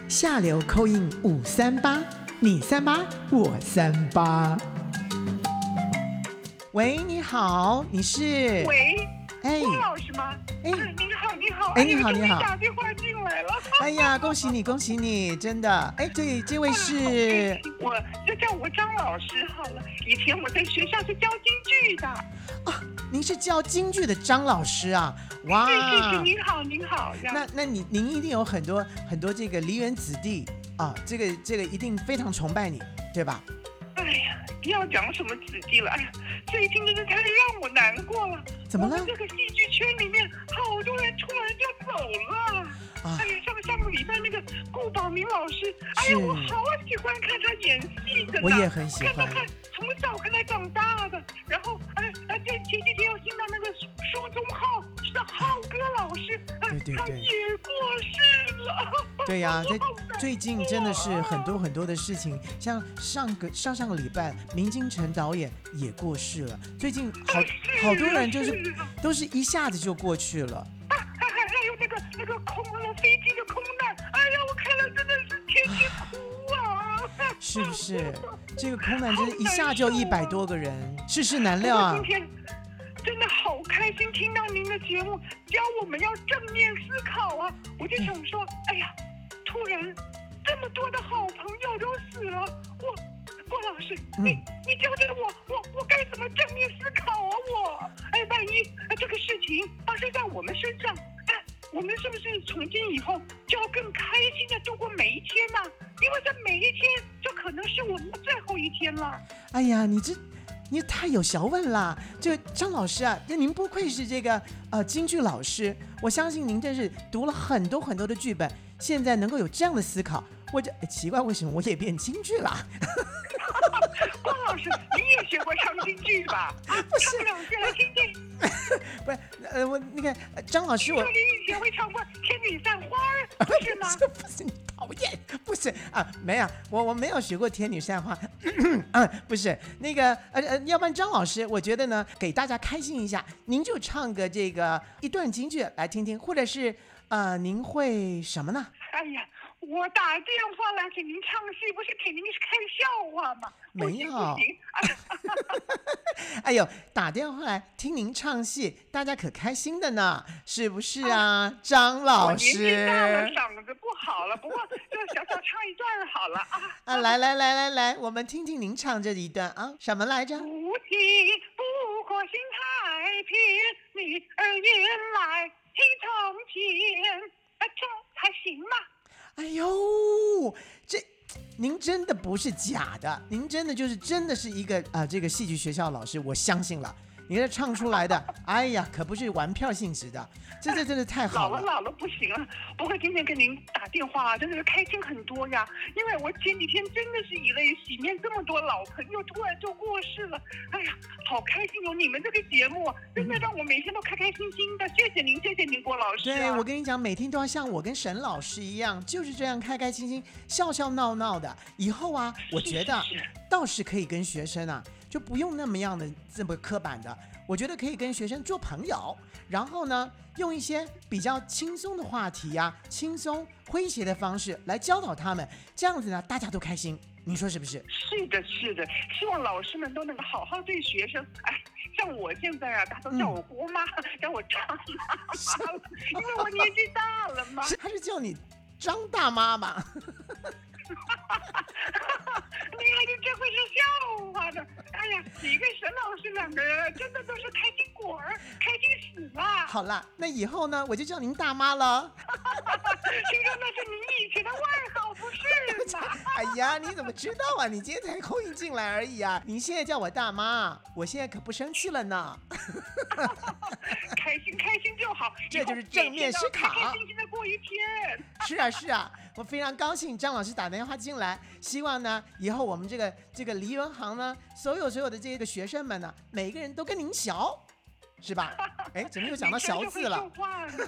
[SPEAKER 1] 下流 c i 五三八，你三八我三八，喂，你好，你是，
[SPEAKER 4] 喂，
[SPEAKER 1] 哎，
[SPEAKER 4] 郭老师吗？
[SPEAKER 1] 哎
[SPEAKER 4] 啊你好，你好，
[SPEAKER 1] 哎你好
[SPEAKER 4] 终于
[SPEAKER 1] 你好
[SPEAKER 4] 打电话进来了。
[SPEAKER 1] 哎呀，恭喜你，恭喜你，真的，哎，对，这位是。
[SPEAKER 4] 哎我就叫我张老师好了。以前我在学校是教京剧的。
[SPEAKER 1] 啊您是教京剧的张老师啊？哇，
[SPEAKER 4] 对对对，您好，您好。这样
[SPEAKER 1] 那那你您一定有很多很多这个梨园子弟啊，这个这个一定非常崇拜你，对吧？
[SPEAKER 4] 哎呀，要讲什么子弟了？哎呀，最近真的太让我难过了。
[SPEAKER 1] 怎么了
[SPEAKER 4] 我们这个戏剧圈里面，好多人突然就走了。
[SPEAKER 1] 啊
[SPEAKER 4] 哎呀，上上个礼拜那个顾宝明老师，哎
[SPEAKER 1] 是
[SPEAKER 4] 呀，我好喜欢看他演戏的呢。
[SPEAKER 1] 我也很喜欢
[SPEAKER 4] 看他看，从小看他长大的。然后，哎哎，对，前几天又听到那个书书中浩是浩哥老师，哎
[SPEAKER 1] 对对
[SPEAKER 4] 他
[SPEAKER 1] 对
[SPEAKER 4] 也过世了。
[SPEAKER 1] 对呀、
[SPEAKER 4] 我好难
[SPEAKER 1] 这最近真的是很多很多的事情，像上个上上个礼拜，明金城导演也过世了，最近好好多人就是
[SPEAKER 4] 是啊
[SPEAKER 1] 都是一下子就过去了。
[SPEAKER 4] 还还还有那个那个空那个飞机的空难，哎呀，我看了真的是天天哭啊！
[SPEAKER 1] 是不是？ 这个空难真
[SPEAKER 4] 哦
[SPEAKER 1] 是一下就一百多个人，世事难料
[SPEAKER 4] 不
[SPEAKER 1] 啊
[SPEAKER 4] 过今！天真的好开心，听到您的节目教我们要正面思考啊！我就想说，哎呀，突然这么多的好朋友都死了，我郭老师，你、
[SPEAKER 1] 嗯
[SPEAKER 4] 你教教我，我我该怎么正面思考啊？我哎，万一呃这个事情发生在我们身上，哎，我们是不是从今以后就要更开心的度过每一天呢、因为这每一天就可能是我们的最后一天了。
[SPEAKER 1] 哎呀，你这你太有学问啦！这张老师啊，那您不愧是这个呃京剧老师，我相信您真是读了很多很多的剧本，现在能够有这样的思考，我这哎奇怪为什么我也变京剧 啦？
[SPEAKER 4] 郭老师，哦你也学过唱京剧 吧？啊，唱两句来听听。你
[SPEAKER 1] 不是呃我那个呃张老师我
[SPEAKER 4] 说。你以前会唱过《天女散
[SPEAKER 1] ？
[SPEAKER 4] 花》儿，不是吗
[SPEAKER 1] 这 不是你讨厌，不是啊，没有，我我没有学过天女散花， 嗯，不是那个呃呃，要不然张老师，我觉得呢，给大家开心一下，您就唱个这个呃一段京剧来听听，或者是呃，您会什么呢？
[SPEAKER 4] 哎呀，我打电话来给您唱戏，不是给您看笑话吗？不
[SPEAKER 1] 没
[SPEAKER 4] 行
[SPEAKER 1] 有
[SPEAKER 4] 不行，哎
[SPEAKER 1] 哎呦，打电话来听您唱戏，大家可开心的呢，是不是啊，张
[SPEAKER 4] 我
[SPEAKER 1] 老
[SPEAKER 4] 年纪哦大了，
[SPEAKER 1] 师？
[SPEAKER 4] 嗓子不好了，不过就小小唱一段儿好了啊。
[SPEAKER 1] 啊，来来来来来，我们听听您唱这一段啊，什么来着？
[SPEAKER 4] 不听不可心太平，你儿原来听从前，啊，这还行吗？
[SPEAKER 1] 哎呦，这您真的不是假的，您真的就是真的是一个啊、呃这个戏剧学校老师，我相信了。
[SPEAKER 5] 你这唱出来的，哎呀，可不是玩票性质的，这这真的太
[SPEAKER 4] 老
[SPEAKER 5] 好
[SPEAKER 4] 了
[SPEAKER 5] 了。
[SPEAKER 4] 老了不行了，不过今天跟您打电话啊，真的是开心很多呀。因为我前几天真的是以泪洗面，这么多老朋友突然就过世了，哎呀，好开心有你们这个节目啊，真的让我每天都开开心心的。谢谢您，谢谢您郭老师、啊。
[SPEAKER 5] 对，我跟你讲，每天都要像我跟沈老师一样，就是这样开开心心、笑笑闹闹的。以后啊，我觉得
[SPEAKER 4] 是是
[SPEAKER 5] 倒是可以跟学生啊，就不用那么样的这么刻板的。我觉得可以跟学生做朋友，然后呢，用一些比较轻松的话题呀、轻松诙谐的方式来教导他们，这样子呢，大家都开心。你说是不是？
[SPEAKER 4] 是的，是的，希望老师们都能好好对学生。哎，像我现在啊，大家都叫我
[SPEAKER 5] 嗯
[SPEAKER 4] 姑妈， 叫我张妈 妈了， 因为我年纪大了嘛。
[SPEAKER 5] 是他是叫你张大妈 吧？
[SPEAKER 4] 你还是真会是笑话的。哎呀，你跟沈老师两个人真的都是开心果儿，开心死了。
[SPEAKER 5] 好啦，那以后呢，我就叫您大妈了。
[SPEAKER 4] 听说那是你以前的外号，不 是吗？
[SPEAKER 5] 哎呀，你怎么知道啊？你今天才空运进来而已啊！你现在叫我大妈，我现在可不生气了呢。
[SPEAKER 4] 开心开心就好，
[SPEAKER 5] 这就是正面思
[SPEAKER 4] 以
[SPEAKER 5] 考
[SPEAKER 4] 后每天都开开心心的过一天。
[SPEAKER 5] 是啊，是啊，我非常高兴张老师打电话进来，希望呢以后我们这个这个梨园行呢，所有所有的这个学生们呢，每个人都跟您学，是吧？哎，怎么又讲到“
[SPEAKER 4] 你真
[SPEAKER 5] 小
[SPEAKER 4] 是”会
[SPEAKER 5] 字了
[SPEAKER 4] 说？话呢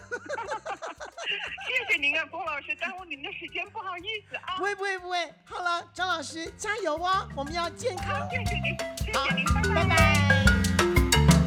[SPEAKER 4] 谢谢您啊，郭老师，耽误您的时间，不好意思啊
[SPEAKER 5] 不。会不会不会，好了，张老师加油哦，我们要健康。
[SPEAKER 4] 谢谢您，谢
[SPEAKER 5] 好
[SPEAKER 4] 谢您，，
[SPEAKER 5] 拜
[SPEAKER 4] 拜
[SPEAKER 5] 拜。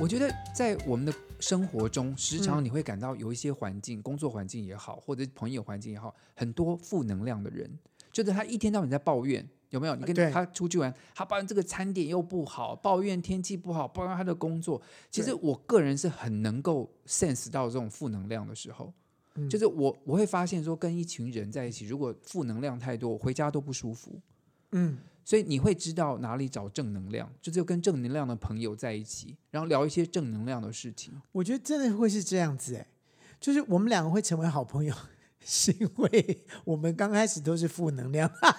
[SPEAKER 2] 我觉得在我们的生活中，
[SPEAKER 5] 嗯
[SPEAKER 2] 时常你会感到有一些环境，工作环境也好，或者朋友环境也好，很多负能量的人，就是他一天到晚在抱怨，有没有？你跟
[SPEAKER 5] 对
[SPEAKER 2] 他出去玩，他抱怨这个餐点又不好，抱怨天气不好，抱怨他的工作。其实
[SPEAKER 5] 对
[SPEAKER 2] 我个人是很能够 sense 到这种负能量的时候。
[SPEAKER 5] 嗯
[SPEAKER 2] 就是我，我会发现说，跟一群人在一起，如果负能量太多，我回家都不舒服。
[SPEAKER 5] 嗯，
[SPEAKER 2] 所以你会知道哪里找正能量，就是跟正能量的朋友在一起，然后聊一些正能量的事情。
[SPEAKER 5] 我觉得真的会是这样子哎，就是我们两个会成为好朋友， 是因为我们刚开始都是负能量。
[SPEAKER 2] 嗯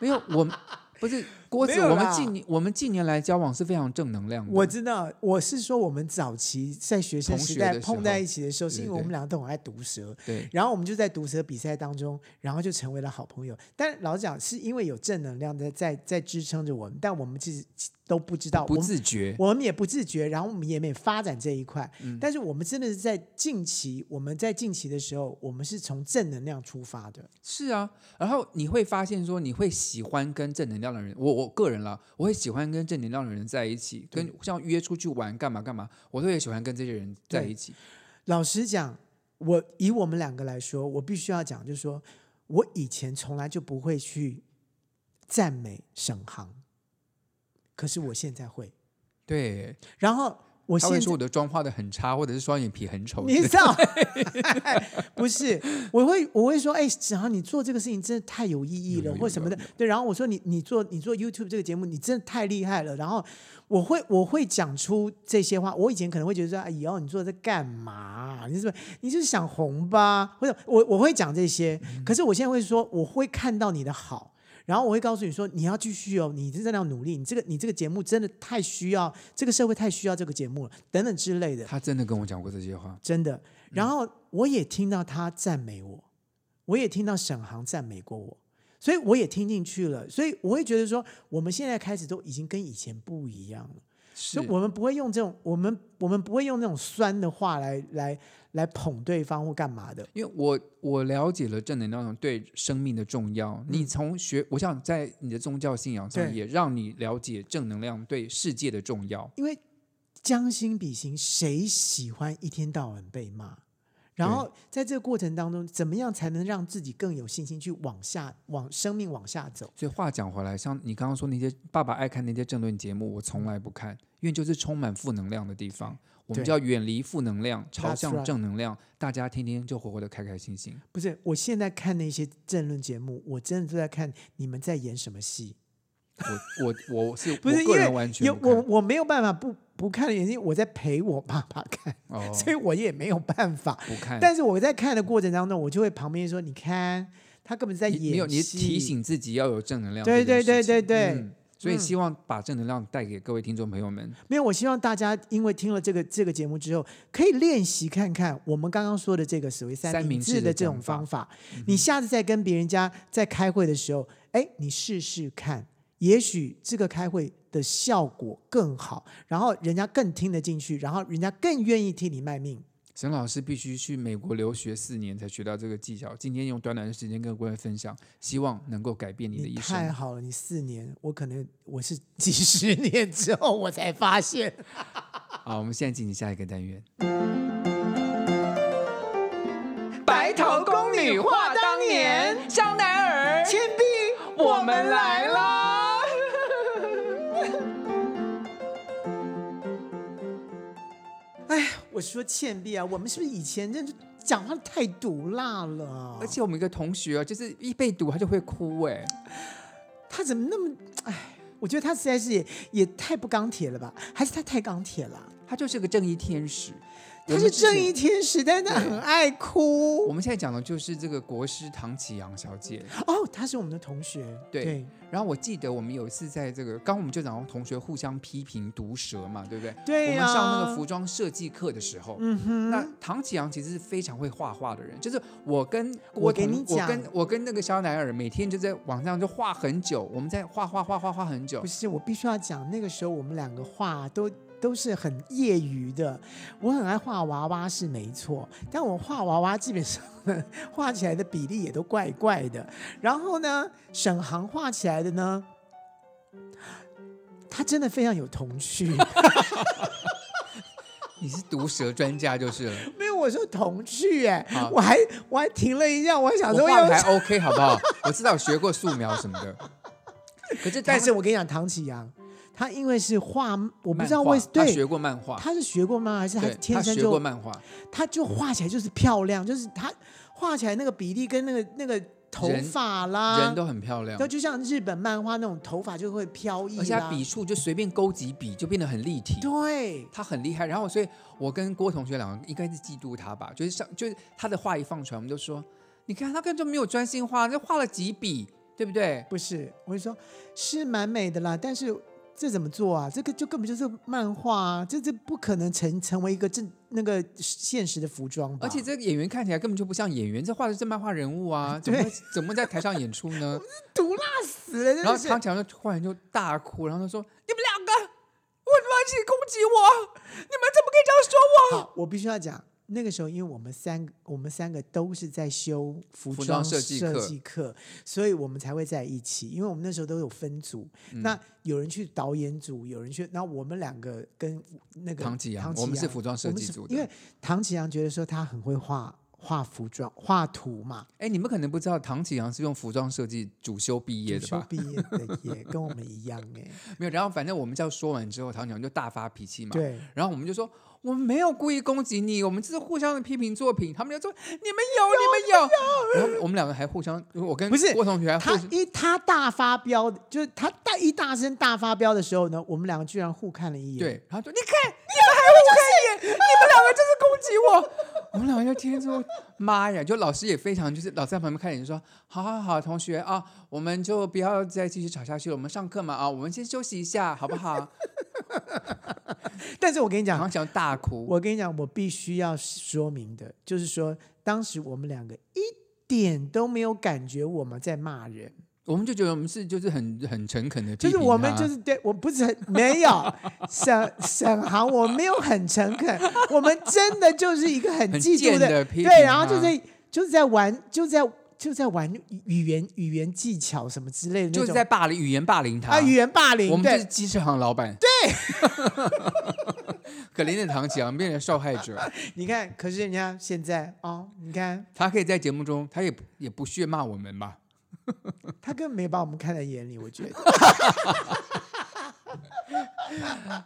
[SPEAKER 2] 没有，我们不是郭
[SPEAKER 5] 没
[SPEAKER 2] 子，
[SPEAKER 5] 有啦
[SPEAKER 2] 我们近年我们近年来交往是非常正能量的。
[SPEAKER 5] 我知道，我是说我们早期在学生
[SPEAKER 2] 同
[SPEAKER 5] 时
[SPEAKER 2] 学
[SPEAKER 5] 代
[SPEAKER 2] 的时
[SPEAKER 5] 碰在
[SPEAKER 2] 候
[SPEAKER 5] 一起的时候，
[SPEAKER 2] 对
[SPEAKER 5] 是因为
[SPEAKER 2] 对
[SPEAKER 5] 我们两个都很爱毒舌，
[SPEAKER 2] 对
[SPEAKER 5] 然后我们就在毒舌比赛当中，然后就成为了好朋友。但老实讲，是因为有正能量在在在支撑着我们，但我们其实都不知道，
[SPEAKER 2] 不
[SPEAKER 5] 我们
[SPEAKER 2] 自觉，
[SPEAKER 5] 我们也不自觉，然后我们也没有发展这一块。
[SPEAKER 2] 嗯
[SPEAKER 5] 但是我们真的是在近期，我们在近期的时候，我们是从正能量出发的。
[SPEAKER 2] 是啊。然后你会发现说，你会喜欢跟正能量的人。我我个人啦，我会喜欢跟正能量的人在一起，跟像约出去玩干嘛干嘛，我都也喜欢跟这些人在一起。
[SPEAKER 5] 老实讲，我以我们两个来说，我必须要讲，就是说我以前从来就不会去赞美沈航，可是我现在会。
[SPEAKER 2] 对，
[SPEAKER 5] 然后我
[SPEAKER 2] 他
[SPEAKER 5] 现
[SPEAKER 2] 会说
[SPEAKER 5] 在
[SPEAKER 2] 我的妆化的很差，或者是双眼皮很丑。
[SPEAKER 5] 你知道， 不是，我会我会说，哎、沈航，你做这个事情真的太有意义
[SPEAKER 2] 有
[SPEAKER 5] 了，
[SPEAKER 2] 有
[SPEAKER 5] 或什么的
[SPEAKER 2] 有。
[SPEAKER 5] 对，然后我说你你做你做 YouTube 这个节目，你真的太厉害了。然后我会我会讲出这些话。我以前可能会觉得说，哎，以后你做这干嘛？你是不是你就是想红吧？或者我我会讲这些，
[SPEAKER 2] 嗯
[SPEAKER 5] 可是我现在会说，我会看到你的好。然后我会告诉你说，你要继续哦，你真的要努力，你这个你这个节目真的太需要，这个社会太需要这个节目了，等等之类的。
[SPEAKER 2] 他真的跟我讲过这些话。
[SPEAKER 5] 真的。然后我也听到他赞美我，我也听到沈航赞美过我，所以我也听进去了。所以我会觉得说，我们现在开始都已经跟以前不一样了。
[SPEAKER 2] 是
[SPEAKER 5] 所以我们不会用这种，我们我们不会用那种酸的话来来来捧对方或干嘛的。
[SPEAKER 2] 因为我我了解了正能量对生命的重要。你从学，我想在你的宗教信仰上
[SPEAKER 5] 嗯对
[SPEAKER 2] 也让你了解正能量对世界的重要。
[SPEAKER 5] 因为将心比心，谁喜欢一天到晚被骂？然后在这个过程当中，怎么样才能让自己更有信心去往下往生命往下走？
[SPEAKER 2] 所以话讲回来，像你刚刚说那些爸爸爱看那些政论节目，我从来不看，因为就是充满负能量的地方。我们
[SPEAKER 5] 嗯对
[SPEAKER 2] 就要远离负能量，朝
[SPEAKER 5] That's
[SPEAKER 2] 向
[SPEAKER 5] right
[SPEAKER 2] 正能量，大家天天就活活的开开心心。
[SPEAKER 5] 不是，我现在看那些政论节目，我真的都在看你们在演什么戏。
[SPEAKER 2] 我我我是
[SPEAKER 5] 不是
[SPEAKER 2] 我
[SPEAKER 5] 因
[SPEAKER 2] 个
[SPEAKER 5] 为
[SPEAKER 2] 人完全
[SPEAKER 5] 有
[SPEAKER 2] 不
[SPEAKER 5] 我
[SPEAKER 2] 看
[SPEAKER 5] 我没有办法不不看的原因，我在陪我爸爸看，
[SPEAKER 2] 哦，
[SPEAKER 5] 所以我也没有办法。
[SPEAKER 2] 不看，
[SPEAKER 5] 但是我在看的过程当中，我就会旁边说：“你看，他根本在
[SPEAKER 2] 你
[SPEAKER 5] 演戏。”
[SPEAKER 2] 没有，你提醒自己要有正能量这
[SPEAKER 5] 对
[SPEAKER 2] 件事情。
[SPEAKER 5] 对对对对
[SPEAKER 2] 嗯所以希望把正能量带给各位听众朋友们。
[SPEAKER 5] 没有，我希望大家因为听了这个这个节目之后，可以练习看看我们刚刚说的这个所谓
[SPEAKER 2] 三
[SPEAKER 5] 三
[SPEAKER 2] 明
[SPEAKER 5] 明
[SPEAKER 2] 治
[SPEAKER 5] 治
[SPEAKER 2] 的
[SPEAKER 5] 的这种
[SPEAKER 2] 讲法嗯
[SPEAKER 5] 方法。你下次再跟别人家在开会的时候，哎，你试试看，也许这个开会的效果更好，然后人家更听得进去，然后人家更愿意替你卖命。
[SPEAKER 2] 沈老师必须去美国留学四年才学到这个技巧，今天用短短的时间跟各位分享，希望能够改变你的
[SPEAKER 5] 你
[SPEAKER 2] 一
[SPEAKER 5] 太
[SPEAKER 2] 生。
[SPEAKER 5] 好了，你四年，我可能我是几十年之后我才发现。
[SPEAKER 2] 好，我们现在进行下一个单元。
[SPEAKER 5] 白头宫女话当年，
[SPEAKER 2] 香奈儿
[SPEAKER 5] 铅笔，
[SPEAKER 2] 我们来啦！
[SPEAKER 5] 我说倩碧啊，我们是不是以前真的讲话太毒辣了？ 啊
[SPEAKER 2] 而且我们一个同学哦，就是一被堵他就会哭哎、
[SPEAKER 5] 他怎么那么……哎，我觉得他实在是也也太不钢铁了吧？还是他太钢铁了？
[SPEAKER 2] 他就是个正义天使。
[SPEAKER 5] 他
[SPEAKER 2] 我
[SPEAKER 5] 是
[SPEAKER 2] 们之前
[SPEAKER 5] 正义天使，但是他很爱
[SPEAKER 2] 我
[SPEAKER 5] 哭。
[SPEAKER 2] 们现在讲的就是这个国师唐启阳小姐。
[SPEAKER 5] 哦，他是我们的同学，
[SPEAKER 2] 对然后我记得我们有一次在这个，刚我们就讲同学互相批评毒舌嘛，对不对？
[SPEAKER 5] 对
[SPEAKER 2] 我们上那
[SPEAKER 5] 啊
[SPEAKER 2] 个服装设计课的时候，嗯哼，那唐启阳其实是非常会画画的人，就是我跟郭
[SPEAKER 5] 我给
[SPEAKER 2] 同
[SPEAKER 5] 你
[SPEAKER 2] 我
[SPEAKER 5] 讲
[SPEAKER 2] 跟我跟那个肖乃尔每天就在网上就画很久，我们在画画画画画很久
[SPEAKER 5] 不，是，我必须要讲，那个时候我们两个画都都是很业余的。我很爱画娃娃是没错，但我画娃娃基本上呢， 画起来的比例也都怪怪的。然后呢，沈航画起来的呢，他真的非常有童趣。
[SPEAKER 2] 你是毒舌专家就是了，
[SPEAKER 5] 没有，我说童趣哎、
[SPEAKER 2] 好
[SPEAKER 5] 我还我还停了一下，啊我还想
[SPEAKER 2] 啊我
[SPEAKER 5] 说
[SPEAKER 2] 画
[SPEAKER 5] 要
[SPEAKER 2] 的。还 OK 好不好？我知道我学过素描什么的，可是
[SPEAKER 5] 但
[SPEAKER 2] 唐
[SPEAKER 5] 是我跟你讲，唐启阳，他因为是画，我不知道
[SPEAKER 2] 漫画
[SPEAKER 5] 为什
[SPEAKER 2] 他
[SPEAKER 5] 对
[SPEAKER 2] 学过漫画，
[SPEAKER 5] 他是学过吗？还是他
[SPEAKER 2] 对，
[SPEAKER 5] 天
[SPEAKER 2] 他
[SPEAKER 5] 生
[SPEAKER 2] 学
[SPEAKER 5] 就
[SPEAKER 2] 过漫画，
[SPEAKER 5] 他就画起来就是漂亮，就是他画起来那个比例跟那个那个头
[SPEAKER 2] 人
[SPEAKER 5] 发啦，
[SPEAKER 2] 人都很漂亮
[SPEAKER 5] 都。就像日本漫画那种头发就会飘逸啦，
[SPEAKER 2] 而且他笔触就随便勾几笔就变得很立体，
[SPEAKER 5] 对
[SPEAKER 2] 他很厉害。然后，所以我跟郭同学两个应该是嫉妒他吧，就是上就是他的话一放出来，我们就说，你看他根本就没有专心画，就画了几笔，对不对？
[SPEAKER 5] 不是，我就说是蛮美的啦，但是这怎么做啊？这个就根本就是漫画啊，这这不可能成成为一个正那个现实的服装吧？
[SPEAKER 2] 而且这个演员看起来根本就不像演员，这画的是漫画人物啊， 怎么会怎么会在台上演出呢？
[SPEAKER 5] 毒辣死了，真
[SPEAKER 2] 然后
[SPEAKER 5] 的是
[SPEAKER 2] 康强就突然就大哭，然后他说：“你们两个，为什么要一起攻击我？你们怎么可以这样说我？”
[SPEAKER 5] 好， 我必须要讲，那个时候因为我们三个，我们三个都是在修服
[SPEAKER 2] 服装设
[SPEAKER 5] 装
[SPEAKER 2] 计课
[SPEAKER 5] 课，所以我们才会在一起。因为我们那时候都有分组，
[SPEAKER 2] 嗯
[SPEAKER 5] 那有人去导演组，有人去，然后我们两个跟那个
[SPEAKER 2] 唐启阳
[SPEAKER 5] 唐
[SPEAKER 2] 我们是服装设
[SPEAKER 5] 我们
[SPEAKER 2] 计
[SPEAKER 5] 是
[SPEAKER 2] 组的
[SPEAKER 5] 因为唐启阳觉得说他很会画画服装、画图嘛，
[SPEAKER 2] 哎，你们可能不知道，唐启阳是用服装设计主修毕业
[SPEAKER 5] 主
[SPEAKER 2] 的
[SPEAKER 5] 修
[SPEAKER 2] 吧？
[SPEAKER 5] 毕业的也跟我们一样哎、
[SPEAKER 2] 没有，然后反正我们这样说完之后，唐启阳就大发脾气嘛。
[SPEAKER 5] 对。
[SPEAKER 2] 然后我们就说，我们没有故意攻击你，我们只是互相的批评作品。他们就说，你们有，你们有。然后我们两个还互相，我跟
[SPEAKER 5] 不是
[SPEAKER 2] 郭同学还互
[SPEAKER 5] 他
[SPEAKER 2] 相
[SPEAKER 5] 一他大发飙，就是他大一大声大发飙的时候呢，我们两个居然互看了一眼。
[SPEAKER 2] 对，然后说，你看，你们还互看一眼，你们两个就是攻击我。我们两个就天天说，妈呀！就老师也非常，就是老师在旁边看你说，好好好，同学啊，我们就不要再继续吵下去了，我们上课嘛啊，我们先休息一下，好不好？
[SPEAKER 5] 但是我跟你讲
[SPEAKER 2] 然，后想大哭，
[SPEAKER 5] 我跟你讲，我必须要说明的，就是说，当时我们两个一点都没有感觉我们在骂人，
[SPEAKER 2] 我们就觉得我们是就是很很诚恳的，
[SPEAKER 5] 就是我们就是对我不是很没 有沈沈航，我没有很诚恳，我们真的就是一个很
[SPEAKER 2] 很
[SPEAKER 5] 嫉妒
[SPEAKER 2] 贱的批评
[SPEAKER 5] 对，然后就
[SPEAKER 2] 他
[SPEAKER 5] 在就是在玩，就在就在玩语言语言技巧什么之类的那种，
[SPEAKER 2] 就是在霸凌语言霸凌他
[SPEAKER 5] 啊语言霸凌，
[SPEAKER 2] 我们就
[SPEAKER 5] 对
[SPEAKER 2] 是鸡翅行老板，对， 可怜的唐启阳变成受害 者，
[SPEAKER 5] 你看，可是人家现在哦，你看
[SPEAKER 2] 他可以在节目中，他也也不屑骂我们吧？
[SPEAKER 5] 他根本没把我们看在眼里，我觉得。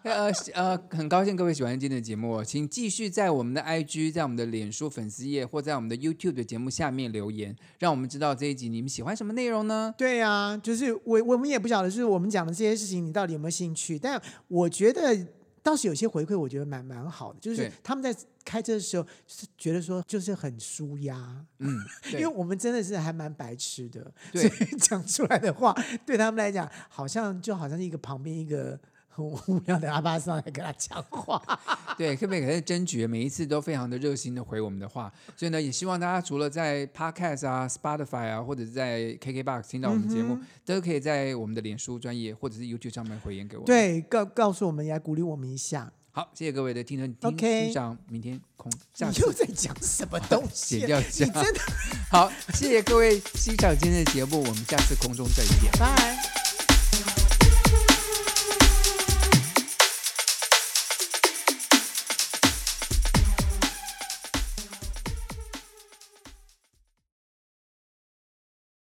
[SPEAKER 2] 呃呃，很高兴各位喜欢今天的节目哦，请继续在我们的 IG、在我们的脸书粉丝页或在我们的 YouTube 的节目下面留言，让我们知道这一集你们喜欢什么内容呢？
[SPEAKER 5] 对啊呀、就是我我们也不晓得，就是我们讲的这些事情，你到底有没有兴趣？但我觉得倒是有些回馈，我觉得蛮蛮好的，就是
[SPEAKER 2] 对
[SPEAKER 5] 他们在开车的时候是觉得说就是很舒压，
[SPEAKER 2] 嗯，
[SPEAKER 5] 因
[SPEAKER 2] 对
[SPEAKER 5] 为我们真的是还蛮白痴的，所
[SPEAKER 2] 对
[SPEAKER 5] 以 讲出来的话对他们来讲，好像就好像是一个旁边一个很无聊的阿巴桑在跟他讲 话。
[SPEAKER 2] 对，特别可是真觉每一次都非常的热心的回我们的话，所以呢，也希望大家除了在 Podcast 啊、Spotify 啊，或者是在 KKBox 听到我们节
[SPEAKER 5] 嗯
[SPEAKER 2] 目，都可以在我们的脸书专业或者是 YouTube 上面回言给我们。，
[SPEAKER 5] 对，告告诉我们，也来鼓励我们一下。
[SPEAKER 2] 好，谢谢各位的听众听
[SPEAKER 5] OK
[SPEAKER 2] 欣赏，明天空下
[SPEAKER 5] 你
[SPEAKER 2] 次
[SPEAKER 5] 又在讲什么东西？啊
[SPEAKER 2] 剪掉
[SPEAKER 5] 你
[SPEAKER 2] 讲
[SPEAKER 5] 真的
[SPEAKER 2] 好，谢谢各位欣赏今天的节目，我们下次空中再见。
[SPEAKER 5] 拜。